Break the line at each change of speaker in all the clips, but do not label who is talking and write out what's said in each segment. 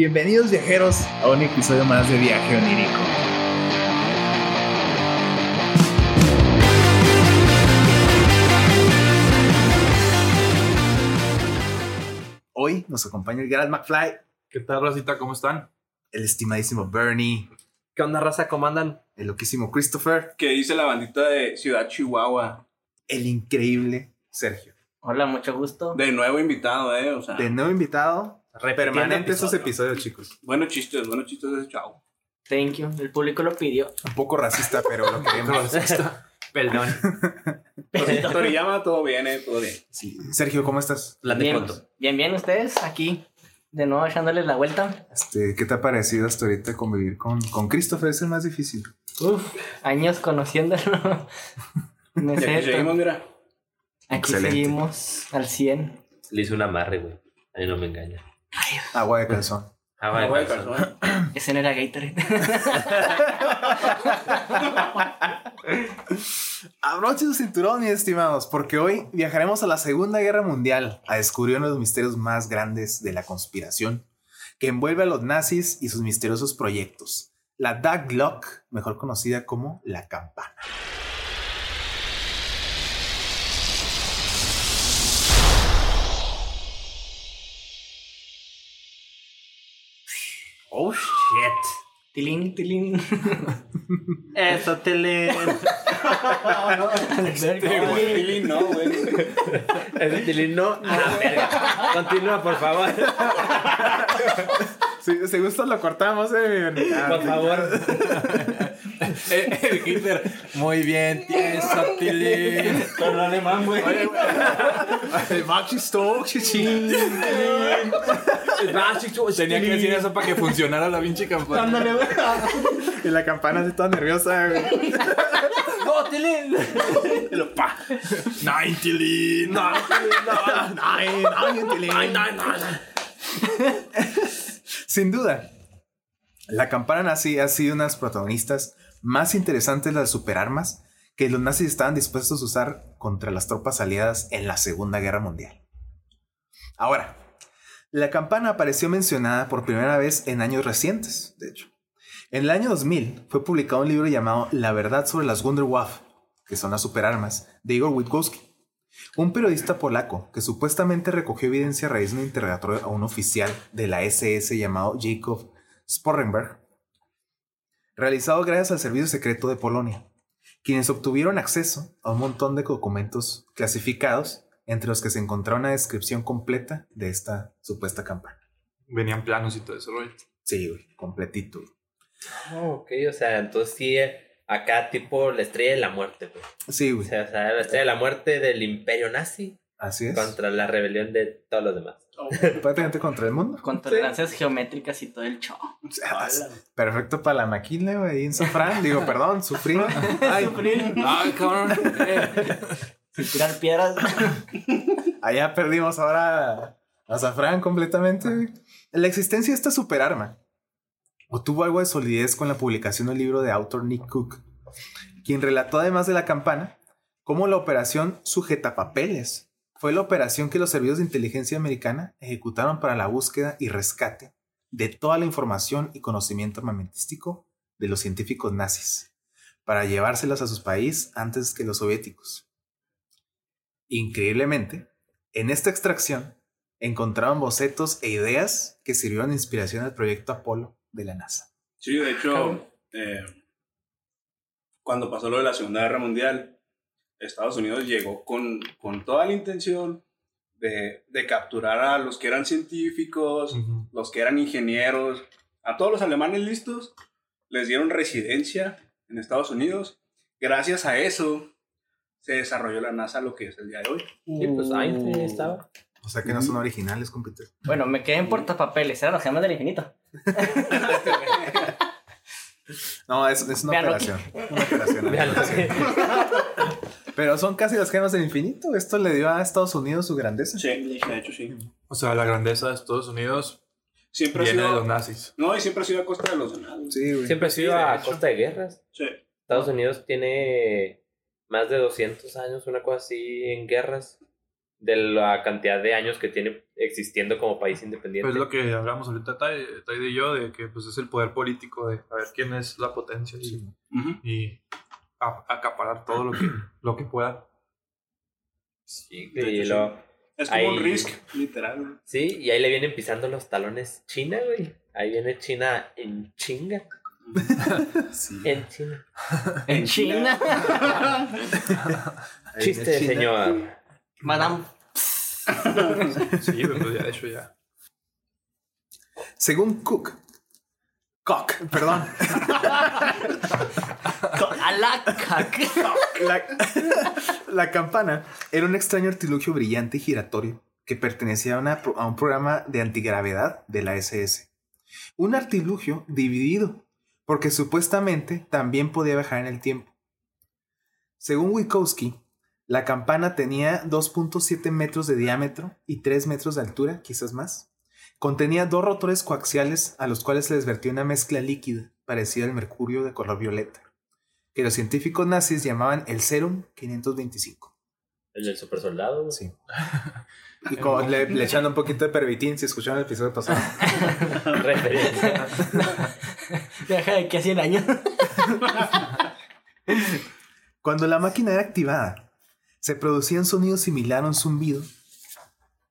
Bienvenidos viajeros a un episodio más de Viaje Onírico. Hoy nos acompaña el gran McFly,
¿Qué tal, Rosita? ¿Cómo están?
el estimadísimo Bernie,
¿Qué onda, raza? ¿Cómo andan?
el loquísimo Christopher,
¿Qué dice la bandita de Ciudad Chihuahua?
el increíble Sergio.
Hola, mucho gusto.
De nuevo invitado, ¿eh? O sea,
De nuevo invitado,
Repitiendo
permanente esos
episodio.
episodios, chicos.
buenos chistes, buenos chistes de ese chavo.
Thank you. El público lo pidió.
Un poco racista, pero lo queremos.
Perdón.
Toriyama, todo bien, ¿eh? Todo bien.
Sí. Sergio, ¿cómo estás?
Bien, bien, bien, ustedes aquí de nuevo echándoles la vuelta.
Este, ¿Qué te ha parecido hasta ahorita convivir con, con Christopher? Es el más difícil.
Uf, años conociéndolo. No es
Y aquí
cierto.
seguimos, mira.
Aquí
Excelente.
seguimos al 100.
Le hice un amarre, güey. A mí no me engaña.
Agua de calzón.
Ah,
No
vale,
voy a
calzón.
calzón.
Ese no era Gatorade.
Abroche su cinturón, mis estimados, porque hoy viajaremos a la Segunda Guerra Mundial a descubrir uno de los misterios más grandes de la conspiración que envuelve a los nazis y sus misteriosos proyectos. La Dark Glock, mejor conocida como la campana.
Oh shit. Tilín, tilín. Eso, tilín.
Este güey, Billy, no, güey.
Ese tilín no. Ah, verga. Continúa, por favor.
Si, si gustas lo cortamos, eh. mi hermano.
Por favor.
Eh, El Hitler.
Muy bien, tieso, tilín. Con alemán, güey.
Oye, güey.
El macho estuvo, chichín.
Ah, sí, tú, Tenía que decir eso para que funcionara la pinche campaña.
Ándale, güey.
Y la campana así toda nerviosa. güey.
No, tilín.
Nine, Tilly. No, no,
Ay, ay, tilín.
nine, nine, nine.
Sin duda, la campana nazi ha sido una de las protagonistas más interesantes de las superarmas que los nazis estaban dispuestos a usar contra las tropas aliadas en la Segunda Guerra Mundial. Ahora, la campana apareció mencionada por primera vez en años recientes, de hecho. En el año 2000 fue publicado un libro llamado La verdad sobre las Wunderwaffe, que son las superarmas, de Igor Witkowski. Un periodista polaco que supuestamente recogió evidencia a raíz de un interrogatorio a un oficial de la SS llamado Jacob Sporrenberg, realizado gracias al Servicio Secreto de Polonia, quienes obtuvieron acceso a un montón de documentos clasificados, entre los que se encontraba una descripción completa de esta supuesta campaña.
Venían planos y todo eso, güey.
Sí, güey, completito. güey.
Oh, ok, o sea, entonces sí, eh, acá tipo la estrella de la muerte, güey.
Sí,
O
güey,
sea, o sea, la estrella de la muerte del imperio nazi
así es.
contra la rebelión de todos los demás.
Prácticamente contra el mundo.
Con tolerancias geométricas y todo el show.
Perfecto para la maquila, güey, ahí en Safran. Digo, perdón, sufrí. Ay,
Ay, cabrón. Eh,
Sin tirar piedras.
Allá perdimos ahora a Safran completamente. güey. La existencia de esta superarma obtuvo algo de solidez con la publicación del libro de autor Nick Cook, quien relató además de la campana cómo la operación Sujetapapeles fue la operación que los servicios de inteligencia americana ejecutaron para la búsqueda y rescate de toda la información y conocimiento armamentístico de los científicos nazis para llevárselas a sus países antes que los soviéticos. Increíblemente, en esta extracción encontraron bocetos e ideas que sirvieron de inspiración al proyecto Apolo de la NASA.
Sí, de hecho, eh, cuando pasó lo de la Segunda Guerra Mundial, Estados Unidos llegó con, con toda la intención de, de capturar a los que eran científicos, los que eran ingenieros, a todos los alemanes listos, les dieron residencia en Estados Unidos. Gracias a eso se desarrolló la NASA, lo que es el día de hoy.
Sí, pues Einstein
Uh.
ahí estaba.
O sea que no son originales, compite.
Bueno, me quedé en portapapeles. Eran los gemas del infinito.
No, es, es una
Vean lo
operación. Una operación. una
Vean lo
operación. Pero son casi las gemas del infinito. Esto le dio a Estados Unidos su grandeza.
Sí, de hecho sí.
O sea, la grandeza de Estados Unidos
Siempre ha
viene de los
sido...
nazis.
No, y siempre ha sido a costa de los demás.
Sí, güey.
Siempre ha sido
Sí, de
a
hecho.
costa de guerras.
Sí.
Estados Unidos tiene más de 200 años, una cosa así, en guerras. de la cantidad de años que tiene existiendo como país independiente.
Pues lo que hablamos ahorita, Tai Tai y yo, de que pues es el poder político de a ver quién es la potencia y,
Ujú.
y a- acaparar todo lo que, lo que pueda.
Sí,
de
y
hecho,
luego-
Es como un
Ahí-
risk, literal.
sí, y ahí le vienen pisando los talones China, güey. Ahí viene China en chinga.
Sí.
En China.
En China.
Ahí
Chiste,
de China.
señor.
Madame.
Sí, güey, pues ya, de hecho ya.
Según Cook. Cock, perdón.
A la caca.
La, la campana era un extraño artilugio brillante y giratorio que pertenecía a, una pro- a un programa de antigravedad de la SS. Un artilugio dividido, porque supuestamente también podía viajar en el tiempo. Según Wikowski, la campana tenía 2.7 metros de diámetro y 3 metros de altura, quizás más. Contenía dos rotores coaxiales a los cuales se les vertía una mezcla líquida parecida al mercurio de color violeta que los científicos nazis llamaban el Serum 525.
El del super soldado. güey.
Sí. Y como le, le echando un poquito de pervitin, si escucharon el episodio pasado.
Referencia.
Viaja de aquí a 100 años.
Cuando la máquina era activada, se producían sonidos similares a un zumbido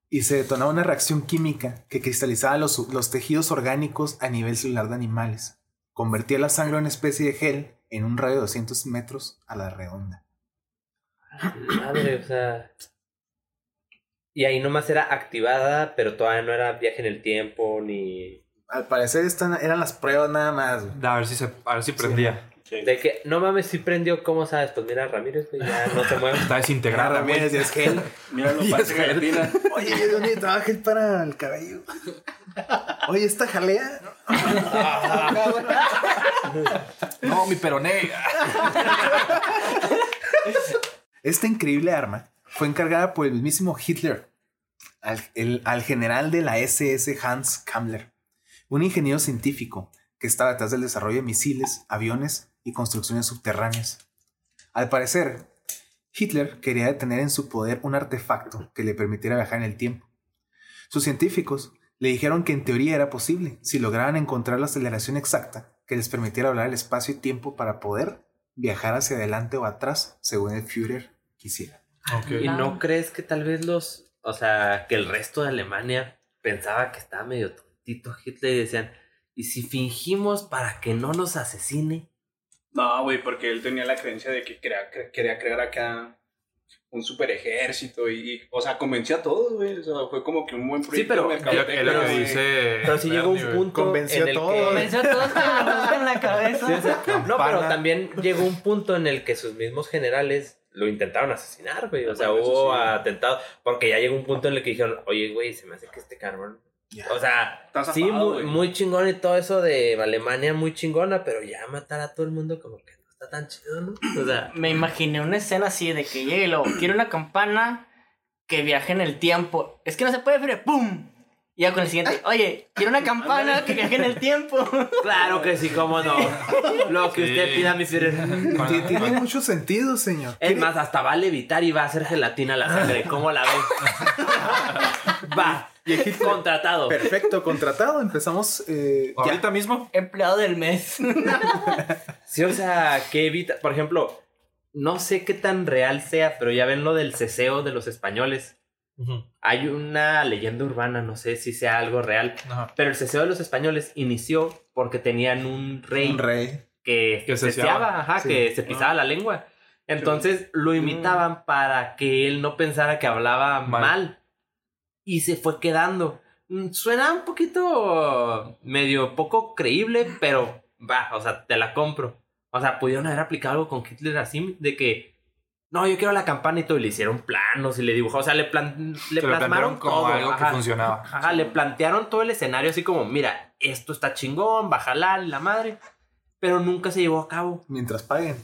y se detonaba una reacción química que cristalizaba los, los tejidos orgánicos a nivel celular de animales. Convertía la sangre en una especie de gel en un radio de 200 metros a la redonda.
Madre, o sea. Y ahí nomás era activada, pero todavía no era viaje en el tiempo ni.
Al parecer estas eran las pruebas nada más. güey.
A ver si, se, a ver si prendía.
Sí.
De que, no mames, si prendió, ¿cómo sabes? Pues mira, Ramírez, güey, ya no se mueve.
Está desintegrada,
Agarra,
güey.
mira, si es gel.
Mira lo
Y
fácil
es
que le atinan.
Oye, ¿de dónde estaba gel para el cabello? Oye, ¿esta jalea?
No, mi peroné.
Esta increíble arma fue encargada por el mismísimo Hitler al, el- al general de la SS Hans Kammler, un ingeniero científico que estaba detrás del desarrollo de misiles, aviones y construcciones subterráneas. Al parecer, Hitler quería tener en su poder un artefacto que le permitiera viajar en el tiempo. Sus científicos le dijeron que en teoría era posible si lograban encontrar la aceleración exacta que les permitiera hablar el espacio y tiempo para poder viajar hacia adelante o atrás según el Führer quisiera.
¿Y
Ok.
no crees que tal vez los. O sea, que el resto de Alemania pensaba que estaba medio tontito Hitler y decían, ¿y si fingimos para que no nos asesine?
No, güey, porque él tenía la creencia de que crea- cre- quería crear acá un super ejército y, y, o sea, convenció a todos, güey. O sea, fue como que un buen proyecto.
pero-
Es lo que- es lo que
güey.
dice.
Pero si llega un
Bernie, güey.
punto.
Convenció
en el
a
que-
todos.
Pensó a todos con la mano en la cabeza.
Sí, o sea, no, pero
Campana.
también llegó un punto en el que sus mismos generales lo intentaron asesinar, güey. O sea,
Bueno, eso
hubo
sí.
atentados. Porque ya llegó un punto en el que dijeron, oye, güey, se me hace que este cabrón.
Ya.
O sea,
Está
sí,
zafado,
muy,
güey.
muy chingón y todo eso de Alemania, muy chingona, pero ya matar a todo el mundo como que no está tan chido, ¿no? O sea,
Me imaginé una escena así de que llegue y luego quiero una campana que viaje en el tiempo. Es que no se puede, pero ¡pum! Y ya con el siguiente, oye, quiero una campana que viaje en el tiempo.
claro que sí, cómo no. Lo que
Sí.
usted pida, mi Führer.
Ti- Tiene mucho sentido, señor.
Es más, hasta va a levitar y va a hacer gelatina la sangre. ¿Cómo la ves? va. Contratado.
Perfecto, contratado. Empezamos eh, ya.
Ahorita mismo.
Empleado del mes.
Sí, o sea, que evita. Por ejemplo, no sé qué tan real sea, pero ya ven lo del ceseo de los españoles. Hay una leyenda urbana, no sé si sea algo real,
Ajá.
pero el ceseo de los españoles inició porque tenían un rey,
Un rey.
que,
Que
ceseaba,
ceseaba.
ajá,
Sí.
que se pisaba la lengua. Entonces lo imitaban para que él no pensara que hablaba mal.
Mal.
Y se fue quedando. Mm, Suena un poquito medio poco creíble, pero va, o sea, te la compro. O sea, pudieron haber aplicado algo con Hitler así de que no, yo quiero la campana y todo, y le hicieron planos y le dibujaron, o sea, le, plan, le
Se lo
plasmaron
plantearon como
todo,
algo
ajá.
que funcionaba.
Ajá, le plantearon todo el escenario así como, mira, esto está chingón, bajalá la madre. Pero nunca se llevó a cabo.
Mientras paguen.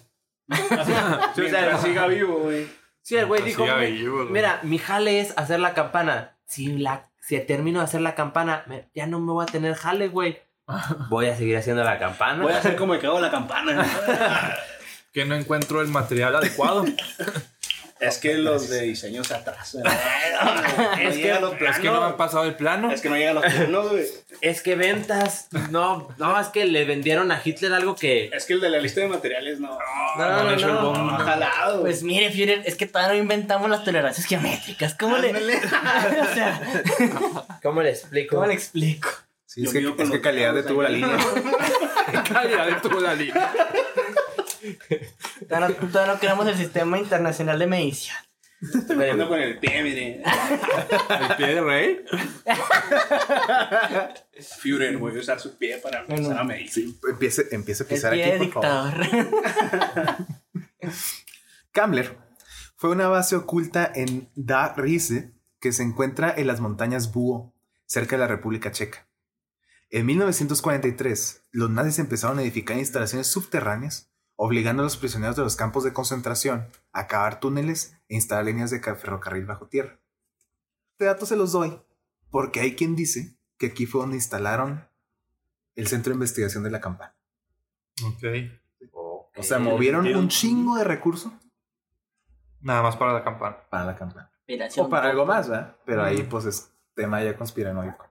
Sí, o sea,
Mientras siga vivo, güey.
sí, el güey dijo,
Siga vivo, güey.
mira, mi jale es hacer la campana. Si, la, si termino de hacer la campana, me- ya no me voy a tener jale, güey. Voy a seguir haciendo la campana.
Voy a hacer como el que hago la campana.
Que no encuentro el material adecuado.
Es que los de diseño se atrasan.
Es que-
llegan los
Es que no me han pasado el plano.
Es que no llegan los planos, güey.
Es que ventas. No, no, es que le vendieron a Hitler algo que.
Es que el de la lista de materiales no.
No, no, no, no.
no, Jalado.
Pues mire, Führer, es que todavía no inventamos las tolerancias geométricas. ¿Cómo le,
Ándale.
o sea,
¿Cómo le explico?
¿cómo le explico?
Sí, es
Yo
que,
vivo con
es que
los
calidad de
chavos
tuvo la
ahí.
línea.
Calidad de tu la línea.
Todavía no, todavía no creamos el sistema internacional de medición.
Ando con el pie, mire.
El pie de rey.
Führer, voy a usar su pie para empezar a medir.
Sí, empiece, empiece a
El
pisar
pie
aquí,
de
por favor.
dictador.
Kamler fue una base oculta en Da Rize que se encuentra en las montañas Búho, cerca de la República Checa. En 1943, los nazis empezaron a edificar instalaciones subterráneas, obligando a los prisioneros de los campos de concentración a cavar túneles e instalar líneas de ca- ferrocarril bajo tierra. Este dato se los doy, porque hay quien dice que aquí fue donde instalaron el centro de investigación de la campana.
Ok.
O sea, movieron un chingo de recursos
Nada más para la campana.
para la campana.
Mira, sí,
O para algo más, ¿verdad? Pero ahí,
Ujú.
pues, es tema ya conspiranoico.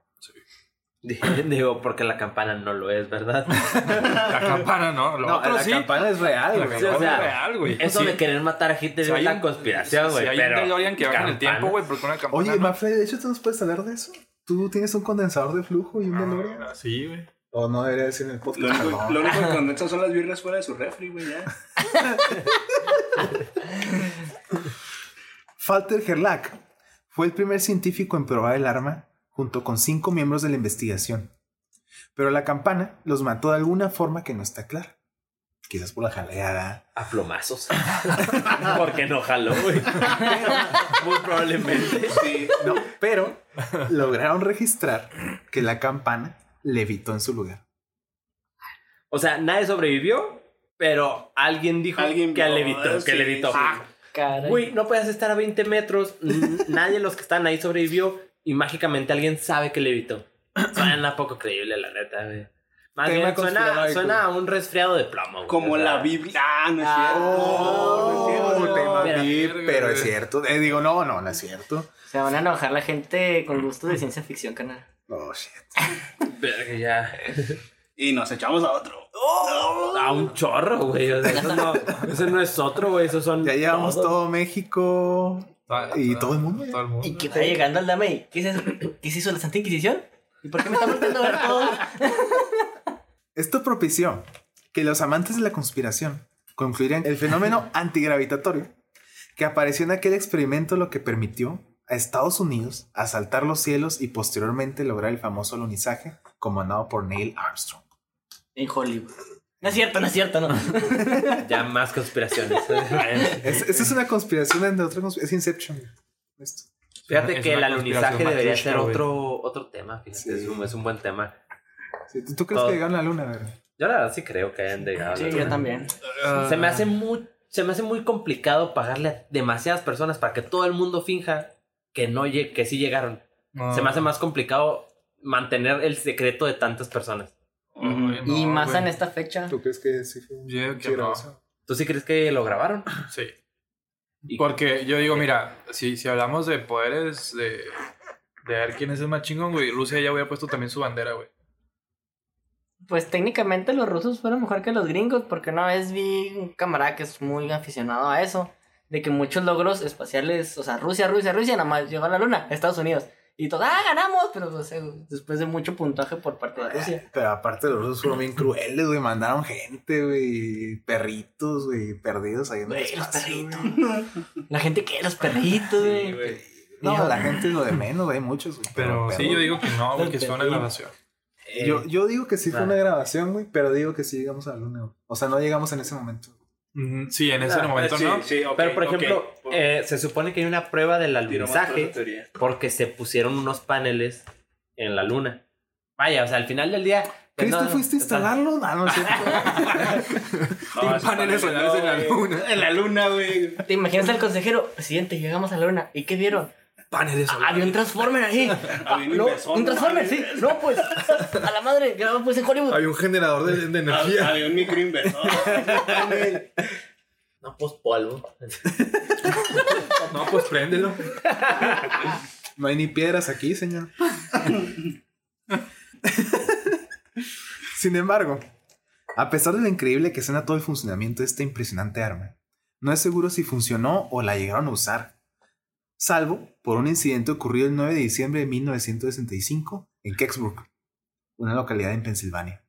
Digo, porque la campana no lo es, ¿verdad?
La campana no. Lo
No,
otro
la
sí.
campana es real,
La
güey.
Sí, o sea,
campana es real, güey.
Eso
Sí.
de querer matar a Hitler
Si hay
es la
un-
conspiración, güey.
Si hay
pero
un DeLorean que baja en
campana.
el tiempo, güey, porque una campana.
Oye,
no?
Mafre, de hecho, ¿tú nos puedes hablar de eso? ¿Tú tienes un condensador de flujo y un DeLorean?
Ah, Sí, güey.
O no debería decir en el
Lo
podcast.
único,
No.
lo único que condensa son las birras fuera de su refri, güey, ya.
Falter Gerlach fue el primer científico en probar el arma junto con cinco miembros de la investigación. Pero la campana los mató de alguna forma que no está clara. Quizás por la jaleada.
A plomazos. porque no jaló, güey. Muy probablemente.
Sí.
No, pero lograron registrar que la campana levitó en su lugar.
O sea, nadie sobrevivió, pero alguien dijo
Alguien
que
vio,
levitó,
sí,
que levitó.
sí.
Ah,
caray.
Güey, no puedes estar a 20 metros. n- Nadie de los que están ahí sobrevivió. Y mágicamente alguien sabe que levitó. Suena poco creíble, la neta, güey. Más
Tema
bien suena,
conspiranoico.
suena a un resfriado de plomo, güey.
Como
O sea,
la Biblia. Ah, no es
Ah,
cierto.
Oh,
no es
te
cierto.
maté,
espérate.
pero es cierto. Eh, digo, no, no, no es cierto.
Se van a enojar la gente con gusto de ciencia ficción, canal.
Oh, shit.
verga, ya.
Y nos echamos a otro.
A un chorro, güey. O sea, eso no, eso no es otro, güey. Eso son.
Ya llevamos
todos.
todo México y todo el mundo.
Todo el mundo.
¿Y qué está llegando al Dame? ¿Qué es eso? ¿Qué se hizo la Santa Inquisición? ¿Y por qué me están volteando a ver todo?
Esto propició que los amantes de la conspiración concluyeran el fenómeno antigravitatorio que apareció en aquel experimento lo que permitió a Estados Unidos asaltar los cielos y posteriormente lograr el famoso lunizaje comandado por Neil Armstrong.
En Hollywood. No es cierto, no es cierto, no.
Ya más conspiraciones.
Es- Esta es una conspiración de otra conspiración. Es Inception. Esto.
Fíjate
Es
que el
una
alunizaje
conspiración
debería
matrusca,
ser
güey.
otro, otro tema. Fíjate,
Sí.
es, un, es un buen tema.
Sí, ¿Tú tú crees
Todo.
que llegaron a la luna? verdad?
Yo la verdad sí creo que hayan llegado. a la
Sí,
luna.
yo también.
Ah,
Eh, Se me hace muy, se me hace muy complicado pagarle a demasiadas personas para que todo el mundo finja que no lle- que sí llegaron.
no.
Se me hace más complicado mantener el secreto de tantas personas.
Ay, no,
y más
güey.
en esta fecha.
¿Tú crees que sí fue un-
Yo
sí,
que no.
grabación?
¿Tú sí crees que lo grabaron?
Sí.
Y-
Porque yo digo, mira, si, si hablamos de poderes, de, de ver quién es el más chingón, güey, Rusia ya hubiera puesto también su bandera, güey.
Pues técnicamente los rusos fueron mejor que los gringos, porque una vez vi un camarada que es muy aficionado a eso, de que muchos logros espaciales, o sea, Rusia, Rusia, Rusia, nada más llegó a la luna, Estados Unidos. Y todo, ah, ganamos, pero o sea, después de mucho puntaje por parte de Rusia.
Pero aparte los rusos fueron bien crueles, güey. Mandaron gente, güey. Perritos, güey. Perdidos ahí en el
Güey, los
espacio.
perritos.
güey.
La gente que los perritos, güey.
No, la gente es lo de menos, güey. Muchos, güey.
Pero sí, yo digo que no, güey, que fue una
Pero-
grabación.
Yo, yo digo que sí fue
Ah.
una grabación, güey. Pero digo que sí llegamos a la luna, güey. O sea, no llegamos en ese momento.
Mm, Sí, en ese
Ah,
momento
Sí,
no.
sí, ok,
Pero por
ok.
ejemplo, eh, se supone que hay una prueba del
Tiro más por
alunizaje
esa teoría.
porque se pusieron unos paneles en la luna. Vaya, o sea, al final del día. pues,
¿Crees
no,
tú fuiste a
o sea,
instalarlo? Ah, no, es cierto.
No,
Tiene
ese panel
paneles solares
no,
en la
güey.
luna.
En la luna, güey.
¿Te imaginas al consejero? Presidente, llegamos a la luna. ¿Y qué vieron?
Paneles
Ah, había un Transformer ahí. Ah,
un
no,
inversor,
un
no
Transformer, sí.
mames.
No, pues. A la madre, grabamos
ah,
pues en Hollywood.
Ah,
Había un generador de, de
Había un microinversor.
No, pues polvo.
No, pues préndelo.
No hay ni piedras aquí, señor. Sin embargo, a pesar de lo increíble que suena todo el funcionamiento de esta impresionante arma, no es seguro si funcionó o la llegaron a usar, salvo por un incidente ocurrido el 9 de diciembre de 1965 en Kecksburg, una localidad en Pensilvania,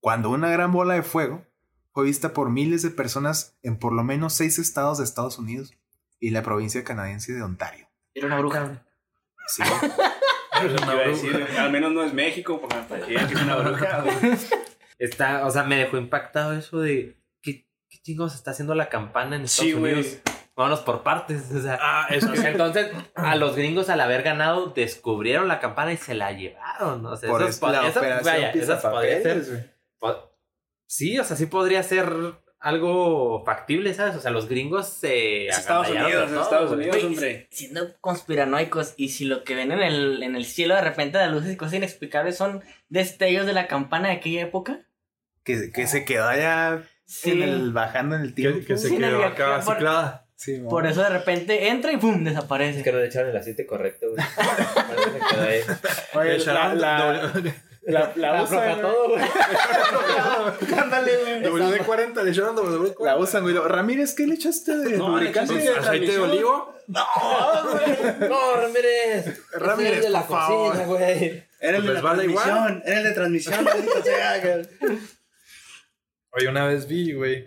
cuando una gran bola de fuego fue vista por miles de personas en por lo menos seis estados de Estados Unidos y la provincia canadiense de Ontario.
Era una bruja.
Sí.
Iba a decir, al menos no es México, porque me parecía que es una bruja. güey.
Está, o sea, me dejó impactado eso de qué, qué chingos está haciendo la campana en Estados
Sí,
Unidos.
güey.
Vámonos por partes. O sea,
Ah, eso es
entonces a los gringos al haber ganado descubrieron la campana y se la llevaron. O sea,
Por
esas
eso
po-
la
esas-
operación
vaya,
Pieza
esas podría ser-
Papeles, güey.
po- Sí, o sea, sí podría ser algo factible, ¿sabes? O sea, los gringos se.
Es Estados
agandallaron de
Unidos, es
todo,
Estados
güey.
Unidos, hombre.
Siendo conspiranoicos, y si lo que ven en el, en el cielo de repente las luces y cosas inexplicables son destellos de la campana de aquella época.
que, que se quedó allá
Sí.
en el, bajando en el tiempo.
Que, que se
Sí,
quedó
la
acá
viajé por-
ciclada.
Sí, mo.
Por eso de repente entra y ¡pum! desaparece.
Es que no le echaron el aceite correcto, güey. Por eso se quedó ahí.
Oye,
Le
la,
echaron
la,
doble-
la, la
Afloja
usan,
todo, güey.
güey.
WD-40, le echaron WD-40.
La usan, güey. Luego, Ramírez, ¿qué le echaste de
No,
lubricante?
le echaste
Pues, Aceite de olivo.
No, Ramírez.
Ramírez,
Ese es de la
por favor.
cocina, güey.
Era el de
Pues
la
vale igual.
transmisión, era el de transmisión. maldita sea, güey.
Oye, una vez vi, güey.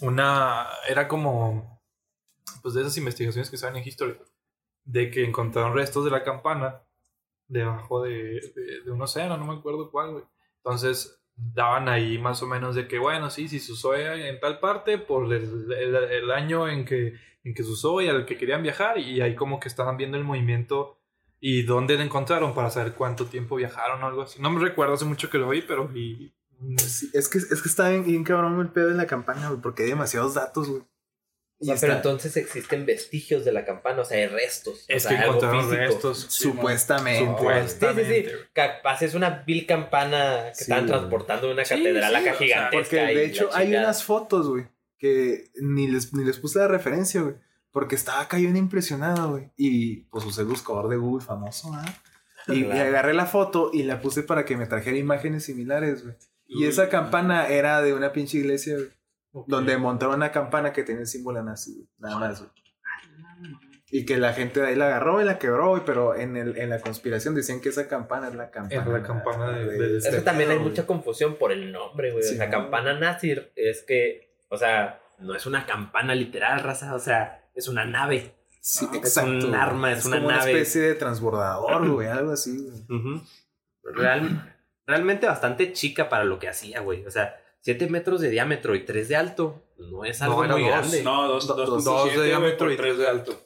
Una. Era como. Pues de esas investigaciones que estaban en History. De que encontraron restos de la campana. Debajo de, de, de un océano, no me acuerdo cuál, güey. Entonces daban ahí más o menos de que, bueno, sí, si se usó en tal parte por el, el- el año en que, en que se usó y al que querían viajar. Y ahí como que estaban viendo el movimiento y dónde lo encontraron para saber cuánto tiempo viajaron o algo así. No me recuerdo, hace mucho que lo vi, pero vi
Sí, es, que, es que está bien, bien cabrón el pedo de la campana, güey, porque hay demasiados datos, güey.
O
Y
sea,
está-
pero entonces existen vestigios de la campana, o sea, hay restos.
Es
o
que
sea, algo
encontraron
físico.
restos.
supuestamente.
Supuestamente.
Sí, sí, sí. Capaz es una vil campana que
Sí,
estaban
güey.
transportando de una
Sí,
catedral
sí,
acá
o sea,
gigantesca.
Porque
y la
de hecho hay
chingada.
unas fotos, güey, que ni les, ni les puse la referencia, güey. Porque estaba acá bien impresionado, güey. Y pues usé el buscador de Google famoso, ¿ah? Y, y
Claro.
agarré la foto y la puse para que me trajera imágenes similares, güey. Y esa campana era de una pinche iglesia, güey. Donde montaron una campana que tenía el símbolo nazi, güey. Nada más, güey. Y que la gente de ahí la agarró y la quebró, güey. Pero en, el, en la conspiración decían que esa campana es la campana. este
Era la campana de- de-
Es que también hay
güey.
mucha confusión por el nombre, güey.
Sí,
o sea,
¿no?
campana nazi
Es que, o sea, no es una campana literal, raza. O sea, es una nave.
Sí,
Es
exacto.
un
güey.
arma, es una
como
nave.
una especie de transbordador, güey. Algo así, güey.
Ujú. Real- realmente bastante chica para lo que hacía, güey. O sea, 7 metros de diámetro y 3 de alto no es algo
No, era
muy
dos.
grande.
No, dos,
Do-
dos,
dos
punto
de
siete, güey,
diámetro
por
y
tres de alto.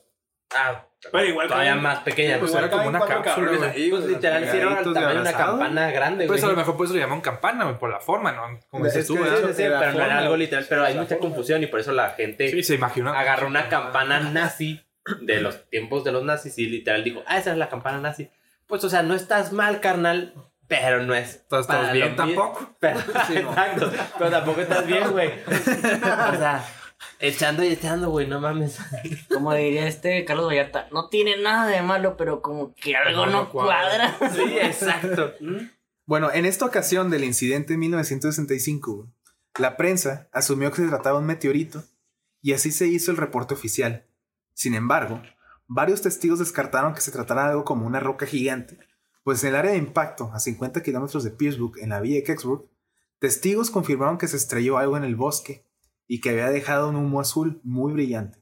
Ah,
Pero igual
todavía
caben-
más pequeña.
Pues
Pues,
igual
era como pues,
caben
una
cuatro
cápsula,
cabrones
güey.
ahí, güey,
literal, sí era
pegaditos de
el tamaño de una
abrazado.
campana grande, güey.
Pues a lo mejor por eso le llaman campana, güey, por la forma, ¿no? Como
Es
dices tú,
que-
Sí,
¿verdad?
sí, sí,
de la
pero no
forma,
era algo literal. Pero hay
la
mucha
forma.
confusión y por eso la gente
Sí, Ah, se imagina.
agarró una campana nazi de los tiempos de los nazis y literal dijo, ah, esa es la campana nazi. Pues, o sea, no estás mal, carnal, pero no es.
Estás
para
estás
lo
bien
mi-
tampoco.
Pero,
Sí, no.
Exacto, pero tampoco estás bien, güey. O sea, echando y echando, güey, no mames.
Como diría este Carlos Vallarta, no tiene nada de malo, pero como que algo no, cuadra.
Sí, exacto.
Bueno, en esta ocasión del incidente en 1965, güey, la prensa asumió que se trataba de un meteorito y así se hizo el reporte oficial. Sin embargo, varios testigos descartaron que se tratara de algo como una roca gigante, pues en el área de impacto, a 50 kilómetros de Pittsburgh, en la villa de Kecksburg, testigos confirmaron que se estrelló algo en el bosque y que había dejado un humo azul muy brillante.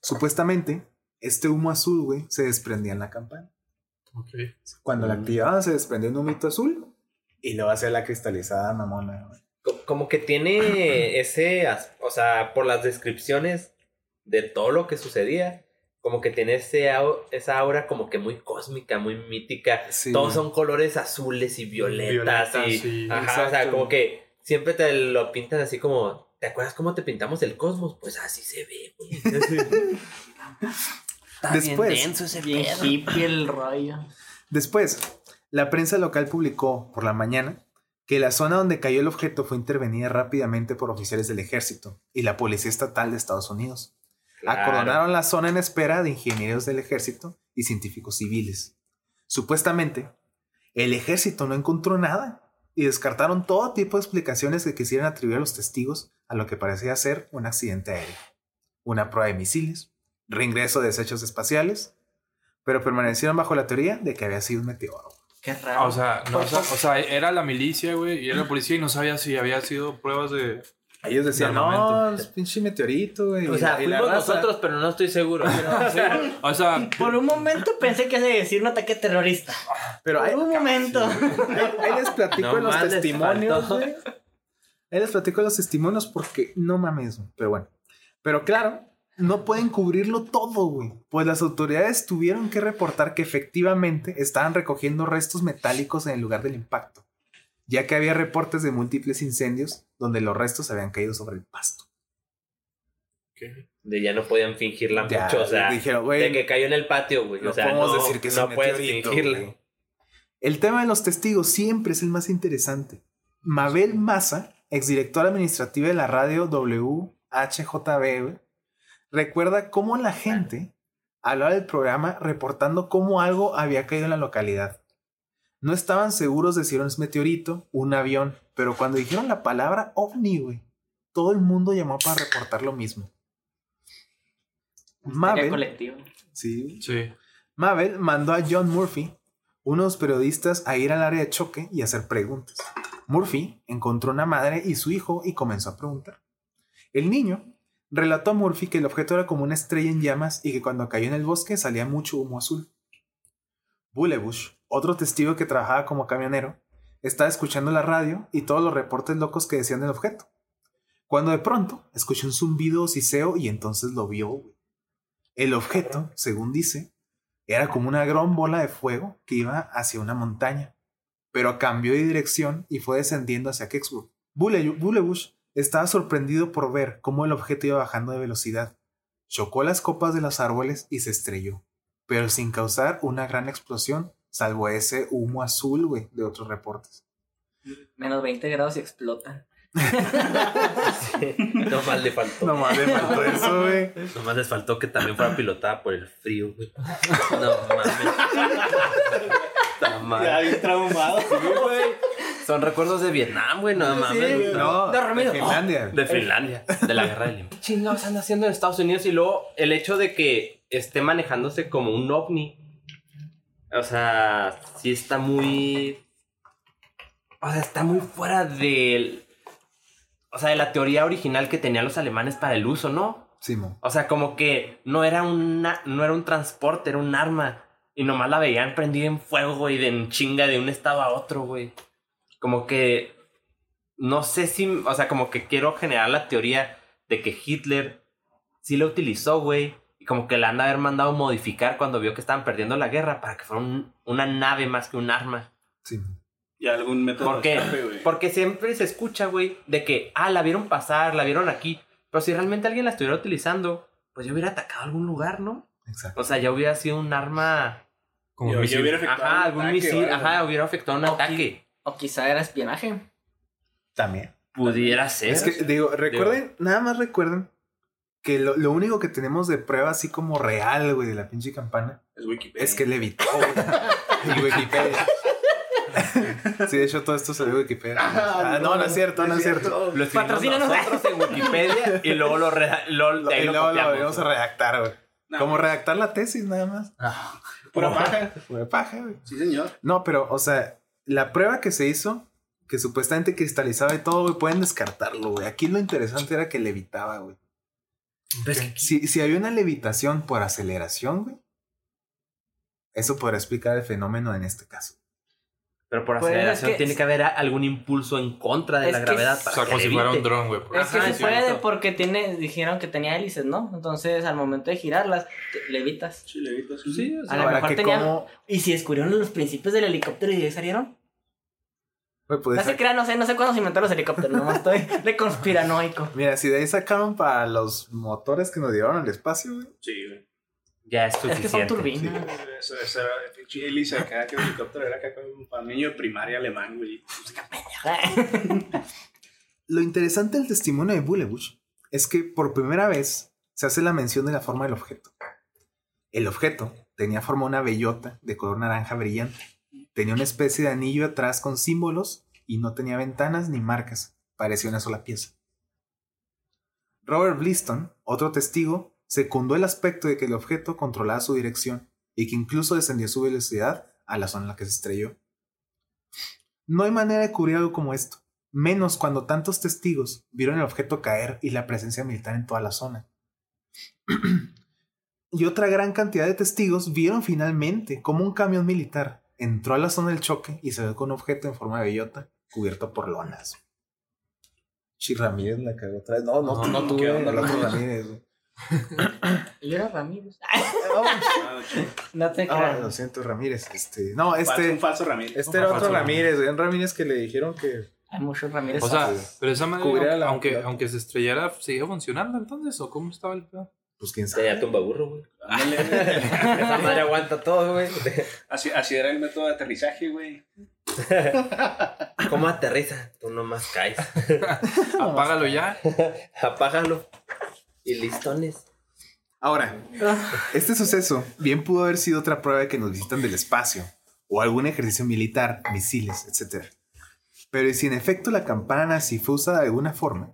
Supuestamente, este humo azul, güey, se desprendía en la campana.
Ok.
Cuando la activaban se desprende un humito azul y luego hacía la cristalizada mamona. güey.
Co- Como que tiene ese, as- o sea, por las descripciones de todo lo que sucedía, como que tiene ese au- esa aura como que muy cósmica, muy mítica.
Sí.
Todos son colores azules y violetas,
Violetas,
y
sí,
ajá, o sea,
exacto.
como que siempre te lo pintan así como, ¿te acuerdas cómo te pintamos el cosmos? Pues así se ve, güey.
Está
Después.
bien denso ese bien hippie el rollo.
Después, la prensa local publicó por la mañana que la zona donde cayó el objeto fue intervenida rápidamente por oficiales del ejército y la policía estatal de Estados Unidos. Acordonaron la zona en espera de ingenieros del ejército y científicos civiles. Supuestamente, el ejército no encontró nada y descartaron todo tipo de explicaciones que quisieran atribuir a los testigos a lo que parecía ser un accidente aéreo, una prueba de misiles, reingreso de desechos espaciales, pero permanecieron bajo la teoría de que había sido un meteoro.
Qué
Ah,
raro.
O sea, no, o sea, o sea, era la milicia, güey, y era la policía y no sabía si había sido pruebas de...
Ellos decían,
De armamento.
no, es pinche meteorito, güey.
O sea,
Y la
fuimos
raza-
nosotros, pero no estoy seguro.
O sea,
Por un momento pensé que hace decir un ataque terrorista.
Pero
Por
ahí,
un momento.
ahí- ahí les platico
No
en los
más les
testimonios,
faltó.
güey. Ahí les platico en los testimonios porque no mames, güey. Pero bueno. Pero claro, no pueden cubrirlo todo, güey. Pues las autoridades tuvieron que reportar que efectivamente estaban recogiendo restos metálicos en el lugar del impacto. Ya que había reportes de múltiples incendios donde los restos habían caído sobre el pasto.
De ya no podían fingirla
Ya,
Ah, mucho, o sea,
dijeron, güey,
de que cayó en el patio, güey.
No
O sea,
podemos
no,
decir que es
no
un
puedes
meteorito,
fingirla.
güey. El tema de los testigos siempre es el más interesante. Mabel Maza, exdirectora administrativa de la radio WHJB, güey, recuerda cómo la gente hablaba del programa reportando cómo algo había caído en la localidad. No estaban seguros de si era un meteorito, un avión, pero cuando dijeron la palabra ovni, güey, todo el mundo llamó para reportar lo mismo.
Tarea
Mabel,
colectivo.
sí,
sí.
Mabel mandó a John Murphy, unos periodistas, a ir al área de choque y hacer preguntas. Murphy encontró una madre y su hijo y comenzó a preguntar. El niño relató a Murphy que el objeto era como una estrella en llamas y que cuando cayó en el bosque salía mucho humo azul. Bulebush, otro testigo que trabajaba como camionero, estaba escuchando la radio y todos los reportes locos que decían del objeto. Cuando de pronto escuchó un zumbido o siseo y entonces lo vio. güey. El objeto, según dice, era como una gran bola de fuego que iba hacia una montaña, pero cambió de dirección y fue descendiendo hacia Kecksburg. Bule- Bulebush estaba sorprendido por ver cómo el objeto iba bajando de velocidad. Chocó las copas de los árboles y se estrelló, pero sin causar una gran explosión, salvo ese humo azul, güey, de otros reportes.
Menos 20 grados y explotan.
No más le faltó.
No mames, faltó eso, güey.
Nomás les faltó que también fuera pilotada por el frío, güey. No mames. Está mal.
bien traumado.
Son recuerdos de Vietnam, güey, no mames.
No,
de
de
Ramiro.
Finlandia.
De Finlandia, de la guerra del Limbo. ¿Qué chingados anda haciendo en Estados Unidos? Y luego el hecho de que esté manejándose como un ovni. O sea, sí está muy. O sea, está muy fuera del. O sea, de la teoría original que tenían los alemanes para el uso, ¿no?
Simón.
O sea, como que no era una, no era un transporte, era un arma. Y nomás la veían prendida en fuego, güey, de en chinga de un estado a otro, güey. Como que. No sé si. O sea, como que quiero generar la teoría de que Hitler sí la utilizó, güey. Y como que la han de haber mandado modificar cuando vio que estaban perdiendo la guerra para que fuera un- una nave más que un arma.
Simón.
Y algún método
¿Por qué?
de escape, güey.
Porque siempre se escucha, güey, de que, ah, la vieron pasar, la vieron aquí. Pero si realmente alguien la estuviera utilizando, pues yo hubiera atacado algún lugar, ¿no?
Exacto.
O sea, ya hubiera sido un arma.
Como
Yo- yo
misil.
hubiera efectuado
Ajá,
un
algún
ataque,
misil,
¿vale?
ajá, hubiera afectado un
Ok.
ataque.
O quizá era espionaje.
También.
Pudiera ser.
Es que, digo, recuerden, nada más recuerden que lo, lo único que tenemos de prueba así como real, güey, de la pinche campana,
Es Wikipedia.
es que levitó, güey. y Wikipedia. sí, de hecho, todo esto salió de Wikipedia. Ah, no, no, es cierto, no es cierto.
lo escribimos
Patrocínanos.
nosotros en Wikipedia y luego lo, re- lo,
Lo-
de ahí
y
lo
luego lo
copiamos.
volvemos a redactar, güey.
No,
Como redactar la tesis, nada más.
Pura paja.
Fue paja, güey.
Sí, señor.
No, pero, o sea, la prueba que se hizo, que supuestamente cristalizaba y todo, güey, pueden descartarlo, güey. Aquí lo interesante era que levitaba, güey. Si, si había una levitación por aceleración, güey, eso podrá explicar el fenómeno en este caso.
Pero por
Pues es
aceleración
que-
tiene que haber a- algún impulso en contra de
Es
la
que-
gravedad.
O
Para
sea,
que
como si
levite.
fuera un dron, güey.
Es que
Ajá,
se
es
puede
cierto.
porque tiene, dijeron que tenía hélices, ¿no? Entonces al momento de girarlas, te- levitas.
Sí, levita, sí.
Sí, o sea,
A lo
Ahora
mejor
que
tenía-
cómo...
¿Y si descubrieron los principios del helicóptero y de ahí salieron?
güey, pues,
No se crean, no sé, no sé cuándo se inventaron los helicópteros, nomás estoy de conspiranoico.
Mira, si de ahí sacaron para los motores que nos llevaron al espacio, güey.
Sí, güey.
Ya es
Es
suficiente.
que son turbinas.
Eso, eso era el pinche hélice acá, que el helicóptero era acá como para un niño de primaria alemán, güey.
Lo interesante del testimonio de Bulebush es que por primera vez se hace la mención de la forma del objeto. El objeto tenía forma de una bellota de color naranja brillante. Tenía una especie de anillo atrás con símbolos y no tenía ventanas ni marcas. Parecía una sola pieza. Robert Bliston, otro testigo, secundó el aspecto de que el objeto controlaba su dirección y que incluso descendió su velocidad a la zona en la que se estrelló. No hay manera de cubrir algo como esto, menos cuando tantos testigos vieron el objeto caer y la presencia militar en toda la zona. y otra gran cantidad de testigos vieron finalmente cómo un camión militar entró a la zona del choque y se dio con un objeto en forma de bellota cubierto por lonas. Chi Ramírez la cagó otra vez. No, no, no, tuve
¿qué onda,
el otro
Ramírez?
Ramírez, güey.
Yo era Ramírez.
Ah, chido.
No te
Ah, lo
creas.
siento, Ramírez. Este, no,
Falso- un
este,
falso Ramírez.
este era otro
Falso
Ramírez, güey, un Ramírez que le dijeron que
Hay muchos Ramírez.
O sea, pero esa
Cubría
madre,
la-
aunque,
la-
aunque se estrellara, ¿seguía funcionando entonces? ¿O cómo estaba el pedo?
pues quién sabe.
Tenía tumbaburro, güey.
Ándale.
Esa madre aguanta todo, güey.
Así, así era el método de aterrizaje, güey.
¿Cómo aterriza? Tú nomás caes.
Apágalo ya.
Apágalo. Y listones.
Ahora, este suceso bien pudo haber sido otra prueba de que nos visitan del espacio o algún ejercicio militar, misiles, etc. Pero si en efecto la campana nazi fue usada de alguna forma,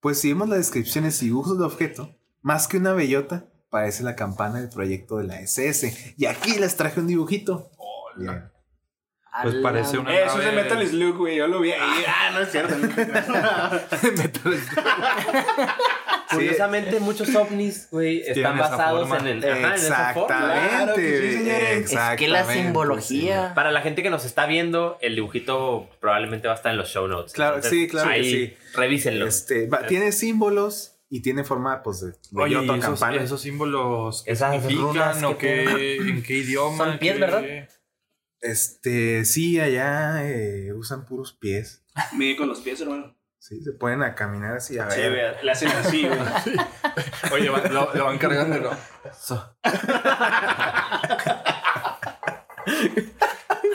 pues si vemos las descripciones y dibujos del objeto, más que una bellota, parece la campana del proyecto de la SS. Y aquí les traje un dibujito. Bien.
Pues
Ala.
parece una.
Eh, Eso es de
nave-
Metal Slug, güey. Yo lo vi ahí. Ah, no es cierto.
Curiosamente, muchos ovnis, güey, están
esa
basados
forma.
en el. ajá, en esa forma.
Claro
Exactamente.
que sí, señores.
güey,
Es
Es que la
exactamente,
simbología.
Para la gente que nos está viendo, el dibujito probablemente va a estar en los show notes.
Claro, sí, claro que
Ahí,
sí.
revísenlo.
Este, va- tiene símbolos y tiene forma pues de
Oye,
bellota
¿y esos,
campana.
esos símbolos que
Esas runas
significan o
que
qué, en qué idioma.
Son pies,
qué-
¿verdad?
Este, sí, allá eh, usan puros pies.
Mide con los pies, hermano.
Sí, se pueden a caminar así. A
Sí,
ver.
güey. Le hacen así, güey.
Oye, va- lo, lo van cargando, ¿no? So-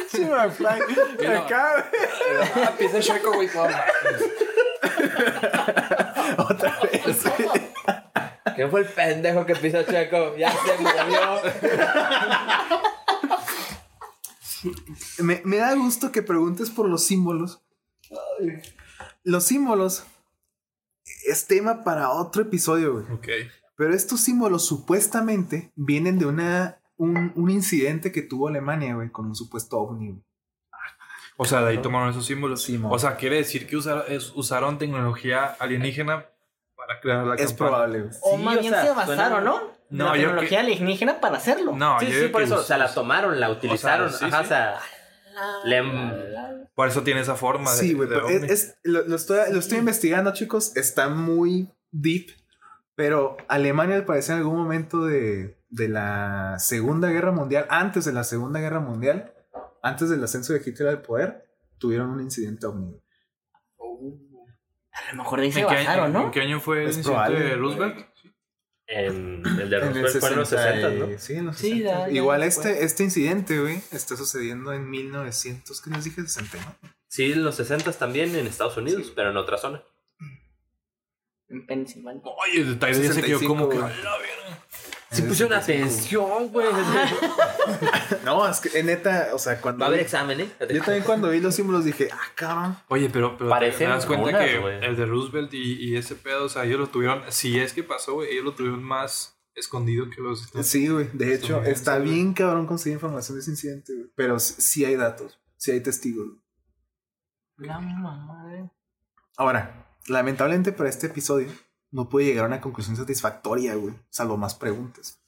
Sí, McFly, me cabe. Otra vez.
¿Qué fue el pendejo que pisó Este Checo? Ya se movió.
Me, me da gusto que preguntes por los símbolos. Los símbolos es tema para otro episodio, güey.
Ok.
Pero estos símbolos supuestamente vienen de una, un, un incidente que tuvo Alemania, güey, con un supuesto ovni. güey.
O sea, de ahí tomaron esos símbolos.
Sí, mo.
o sea, quiere decir que usar- es- usaron tecnología alienígena para Oh, crear la
Es
campana.
probable, güey.
O
Sí,
más
o
bien
sea,
se
suena-
basaron, ¿no? En
No,
la
yo
tecnología alienígena para hacerlo.
No,
Sí,
yo
sí,
digo
por
que
eso. O
us-
sea, la tomaron, la utilizaron.
sí,
ajá,
sí.
o sea, le-
Por eso tiene esa forma. de-
Sí, güey,
de
pero
ovni.
es, es- lo, lo estoy, lo estoy investigando, chicos. Está muy deep. Pero Alemania, al parecer, en algún momento de, de la Segunda Guerra Mundial, antes de la Segunda Guerra Mundial, antes del ascenso de Hitler al poder, tuvieron un incidente ovni.
A lo mejor de ahí se
¿En qué año-
basaron,
en
¿no?
qué año fue el
Es
incidente
probable.
de Roosevelt?
en el de
En el
Roswell fue en los
60 y-
60, ¿no?
Sí, en los
Sí,
60.
ya- ya
Igual
después.
este, este incidente, güey, está sucediendo en 1900, ¿qué les dije? 60, ¿no?
Sí, en los 60 también en Estados Unidos, pero en otra zona.
En Pensilvania.
Oye, el detalle ese que yo
65,
como que...
güey.
Sí pues pusieron atención, güey. Va
No, es que, eh, neta, o sea, cuando...
a haber
vi-
examen, ¿eh?
Yo también cuando vi los símbolos dije, ah, cabrón.
Oye, pero, pero
Parecen
te das cuenta
hormonas,
que
güey.
el de Roosevelt y, y ese pedo, o sea, ellos lo tuvieron, si es que pasó, güey, ellos lo tuvieron más escondido que los...
Sí, güey. De hecho,
bien,
está
sí, güey.
bien cabrón conseguir información de ese incidente, güey. Pero s- sí hay datos, sí hay testigos.
La madre.
Ahora, lamentablemente para este episodio no pude llegar a una conclusión satisfactoria, güey, salvo más preguntas.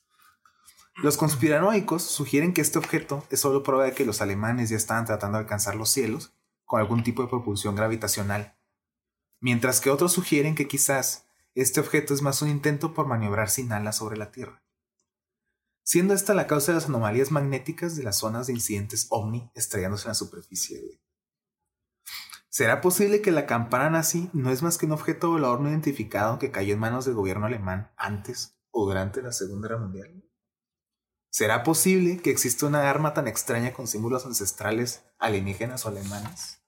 Los conspiranoicos sugieren que este objeto es solo prueba de que los alemanes ya estaban tratando de alcanzar los cielos con algún tipo de propulsión gravitacional. Mientras que otros sugieren que quizás este objeto es más un intento por maniobrar sin alas sobre la Tierra. Siendo esta la causa de las anomalías magnéticas de las zonas de incidentes ovni estrellándose en la superficie, güey. ¿Será posible que la campana nazi no es más que un objeto volador no identificado que cayó en manos del gobierno alemán antes o durante la Segunda Guerra Mundial? ¿Será posible que exista una arma tan extraña con símbolos ancestrales alienígenas o alemanes?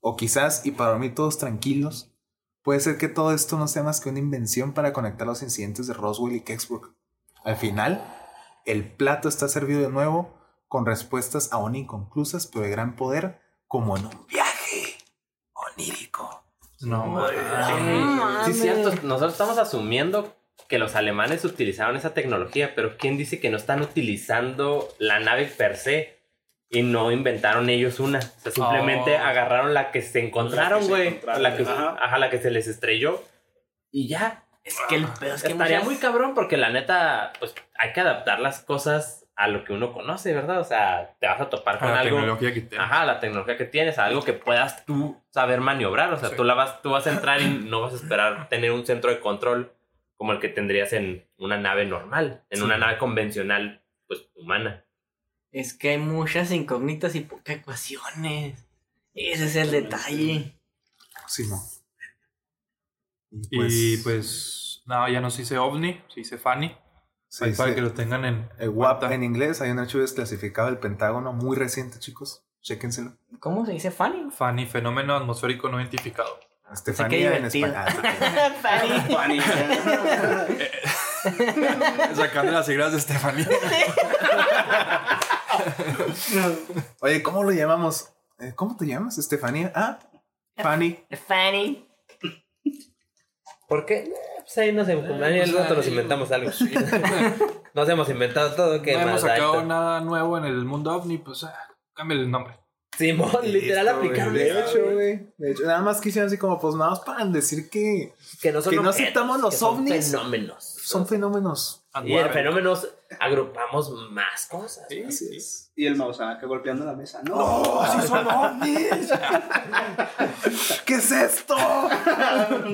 O quizás, y para dormir todos tranquilos, puede ser que todo esto no sea más que una invención para conectar los incidentes de Roswell y Kecksburg. Al final, el plato está servido de nuevo con respuestas aún inconclusas, pero de gran poder, como en un viaje onírico.
No,
Ah,
Sí, es cierto. Nosotros estamos asumiendo que los alemanes utilizaron esa tecnología, pero ¿quién dice que no están utilizando la nave per se? Y no inventaron ellos una. O sea, simplemente
Oh.
agarraron la que se encontraron,
se
güey.
encontraron,
La que,
ajá.
ajá, la que se les estrelló. Y ya,
Es que el pedo es que
Estaría
muchas-
muy cabrón porque la neta, pues hay que adaptar las cosas a lo que uno conoce, ¿verdad? O sea, te vas a topar con
la
algo.
tecnología que tiene.
Ajá, la tecnología que tienes, a algo que puedas tú saber maniobrar. O sea,
Sí.
tú, la vas, tú vas a entrar y no vas a esperar tener un centro de control como el que tendrías en una nave normal, en una nave convencional, pues humana.
Es que hay muchas incógnitas y pocas ecuaciones. Ese es el detalle.
Sí, no. Y
Y pues, no, ya no se dice ovni, se dice Fanny.
sí,
Ahí para
sí.
que lo tengan en.
El WAP en inglés, hay un archivo desclasificado del Pentágono muy reciente, chicos. Chéquenselo.
¿Cómo se dice Fanny?
Fanny, fenómeno atmosférico no identificado.
Estefanía en
divertido.
español. Ah,
Fanny.
Sacando las siglas de Estefanía.
Oye, ¿cómo lo llamamos? Eh, ¿Cómo te llamas, Estefanía? Ah, Fanny.
Fanny.
¿Por qué? Pues ahí nos
Eh,
pues, ahí-
algo. nos hemos inventado todo. ¿qué
No hemos
más da
sacado
esto?
nada nuevo en el mundo ovni, pues ah, cámbiale el nombre.
Simón, literal
Listo, güey.
aplicaron
De
eso,
hecho, güey. De hecho, nada más quisieron así como, pues nada más para decir que
Que no, son
Que no
objetos,
aceptamos los
que son
ovnis.
fenómenos.
son fenómenos.
Y en fenómenos agrupamos más cosas.
Sí,
Así
sí.
es.
Y el Mausanaca golpeando la mesa. ¡No!
¡Así ¡Oh, son ovnis! ¿Qué es esto?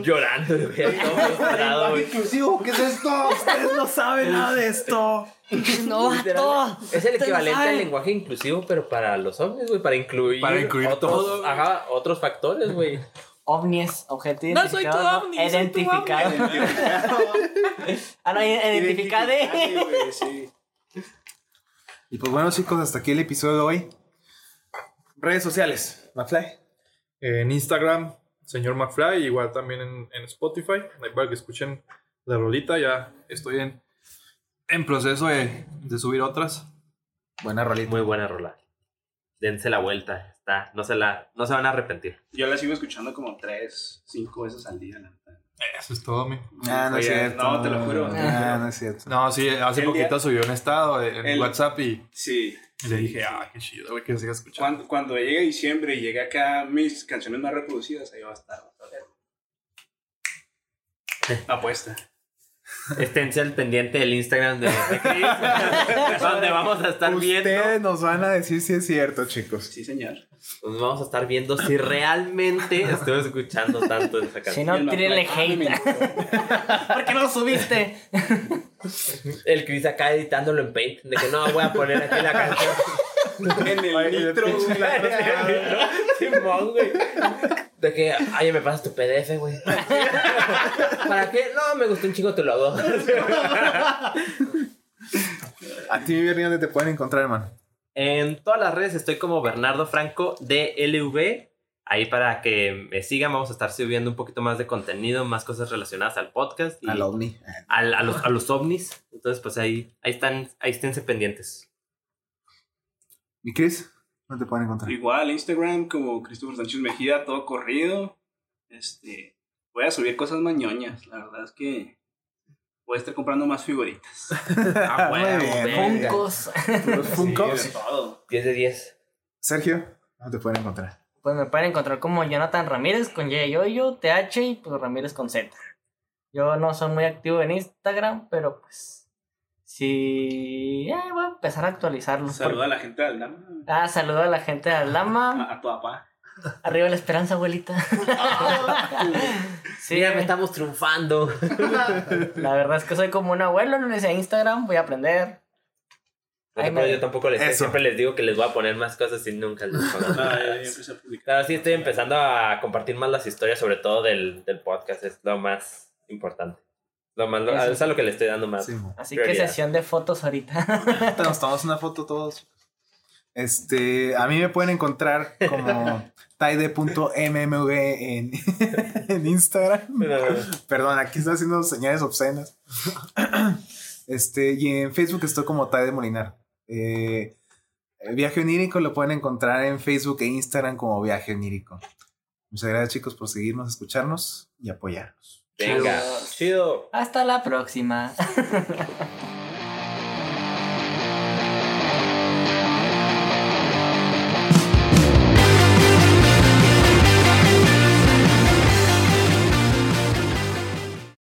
Llorando, de ver todo frustrado, güey.
Inclusivo, ¿qué es esto? Ustedes no saben nada de esto.
No, todo.
Es el
Ustedes
equivalente
lo
al
saben.
lenguaje inclusivo, pero para los ovnis, güey, para incluir,
Para incluir
otros,
todo, güey.
ajá, otros factores, güey.
Ovnis, objeto
No, soy tu
identificado. No,
ovni, soy tu
Identificado. ah, no, identificado.
Identificate, güey, sí.
Y pues bueno, chicos, hasta aquí el episodio de hoy. Redes sociales. McFly.
En Instagram, señor McFly, igual también en, en Spotify. Ahí para que escuchen la rolita, ya estoy en, en proceso de, de subir otras.
Buena rolita.
Muy buena rola. Dense la vuelta, está, no se la, no se van a arrepentir.
Yo la sigo escuchando como tres, cinco veces al día. la neta.
Eso es todo, mi.
Ah, no es
Oye,
cierto.
No, te lo juro. te lo
Ah,
juro.
no es cierto.
No, sí, hace
El
poquito
día-
subió un estado en
el-
WhatsApp y,
Sí.
y le dije, ah, qué chido, güey, que siga escuchando.
Cuando, cuando llegue diciembre y llegue acá mis canciones más reproducidas, ahí va a estar. va a estar. Apuesta.
Esténse al pendiente del Instagram de de Chris, donde vamos a estar viendo,
Ustedes nos van a decir si es cierto, chicos.
Sí, señor.
donde vamos a estar viendo si realmente estoy escuchando tanto de esa
Si
canción.
no,
Y el
tírenle
Mac- Ah, Ay,
hate.
mi-
¿Por qué no lo subiste?
El Chris acá editándolo en Paint, de que no voy a poner aquí la canción.
En el nitro, güey.
Simón, güey. De que, ay, me pasas tu PDF, güey. ¿Para qué? No, me gustó un chingo tu logo.
A ti, mi Bernie, ¿dónde te pueden encontrar, hermano?
En todas las redes estoy como Bernardo Franco DLV. Ahí para que me sigan, vamos a estar subiendo un poquito más de contenido, más cosas relacionadas al podcast y
Al ovni.
al- a, los, a los ovnis. Entonces, pues ahí, ahí están, ahí esténse pendientes.
¿Y Chris? ¿Dónde te pueden encontrar?
Igual, Instagram como Christopher Sánchez Mejía, todo corrido. Este, voy a subir cosas mañoñas. La verdad es que voy a estar comprando más figuritas.
Ah,
Muy
huevo,
bien,
verga.
muy bien.
Funcos.
Los Funkos.
Sí, de todo.
10 de 10.
Sergio, ¿dónde te pueden encontrar?
Pues me pueden encontrar como Jonathan Ramírez con Y yo, yo, TH y pues Ramírez con Z. Yo no soy muy activo en Instagram, pero pues sí, eh, voy a empezar a actualizarlo.
Saluda a la gente del Dama,
Ah, saludo a la gente de Aldama.
a, a tu papá.
Arriba la esperanza, abuelita. sí,
Mira, me estamos triunfando.
la verdad es que soy como un abuelo, no le sé Instagram, voy a aprender.
No te
Ay,
preocupes,
me-
yo tampoco les
Eso.
siempre les digo que les voy a poner más cosas y nunca les pongo
Ah, ya, ya
nada.
empecé a publicar.
Claro, sí estoy empezando a compartir más las historias, sobre todo del, del podcast, es lo más importante. Lo más, lo-
Eso.
es a lo que le estoy dando más.
Sí, mo.
Así que
Prioridad.
sesión de fotos ahorita.
Ahorita Nos tomamos una foto todos. Este, a mí me pueden encontrar como taide.mmv en, en Instagram. Perdón, aquí estoy haciendo señales obscenas. Este, y en Facebook estoy como Taide Molinar. Eh, el Viaje Onírico lo pueden encontrar en Facebook e Instagram como Viaje Onírico. Muchas gracias, chicos, por seguirnos, escucharnos y apoyarnos.
Venga.
Hasta la próxima.
Chido.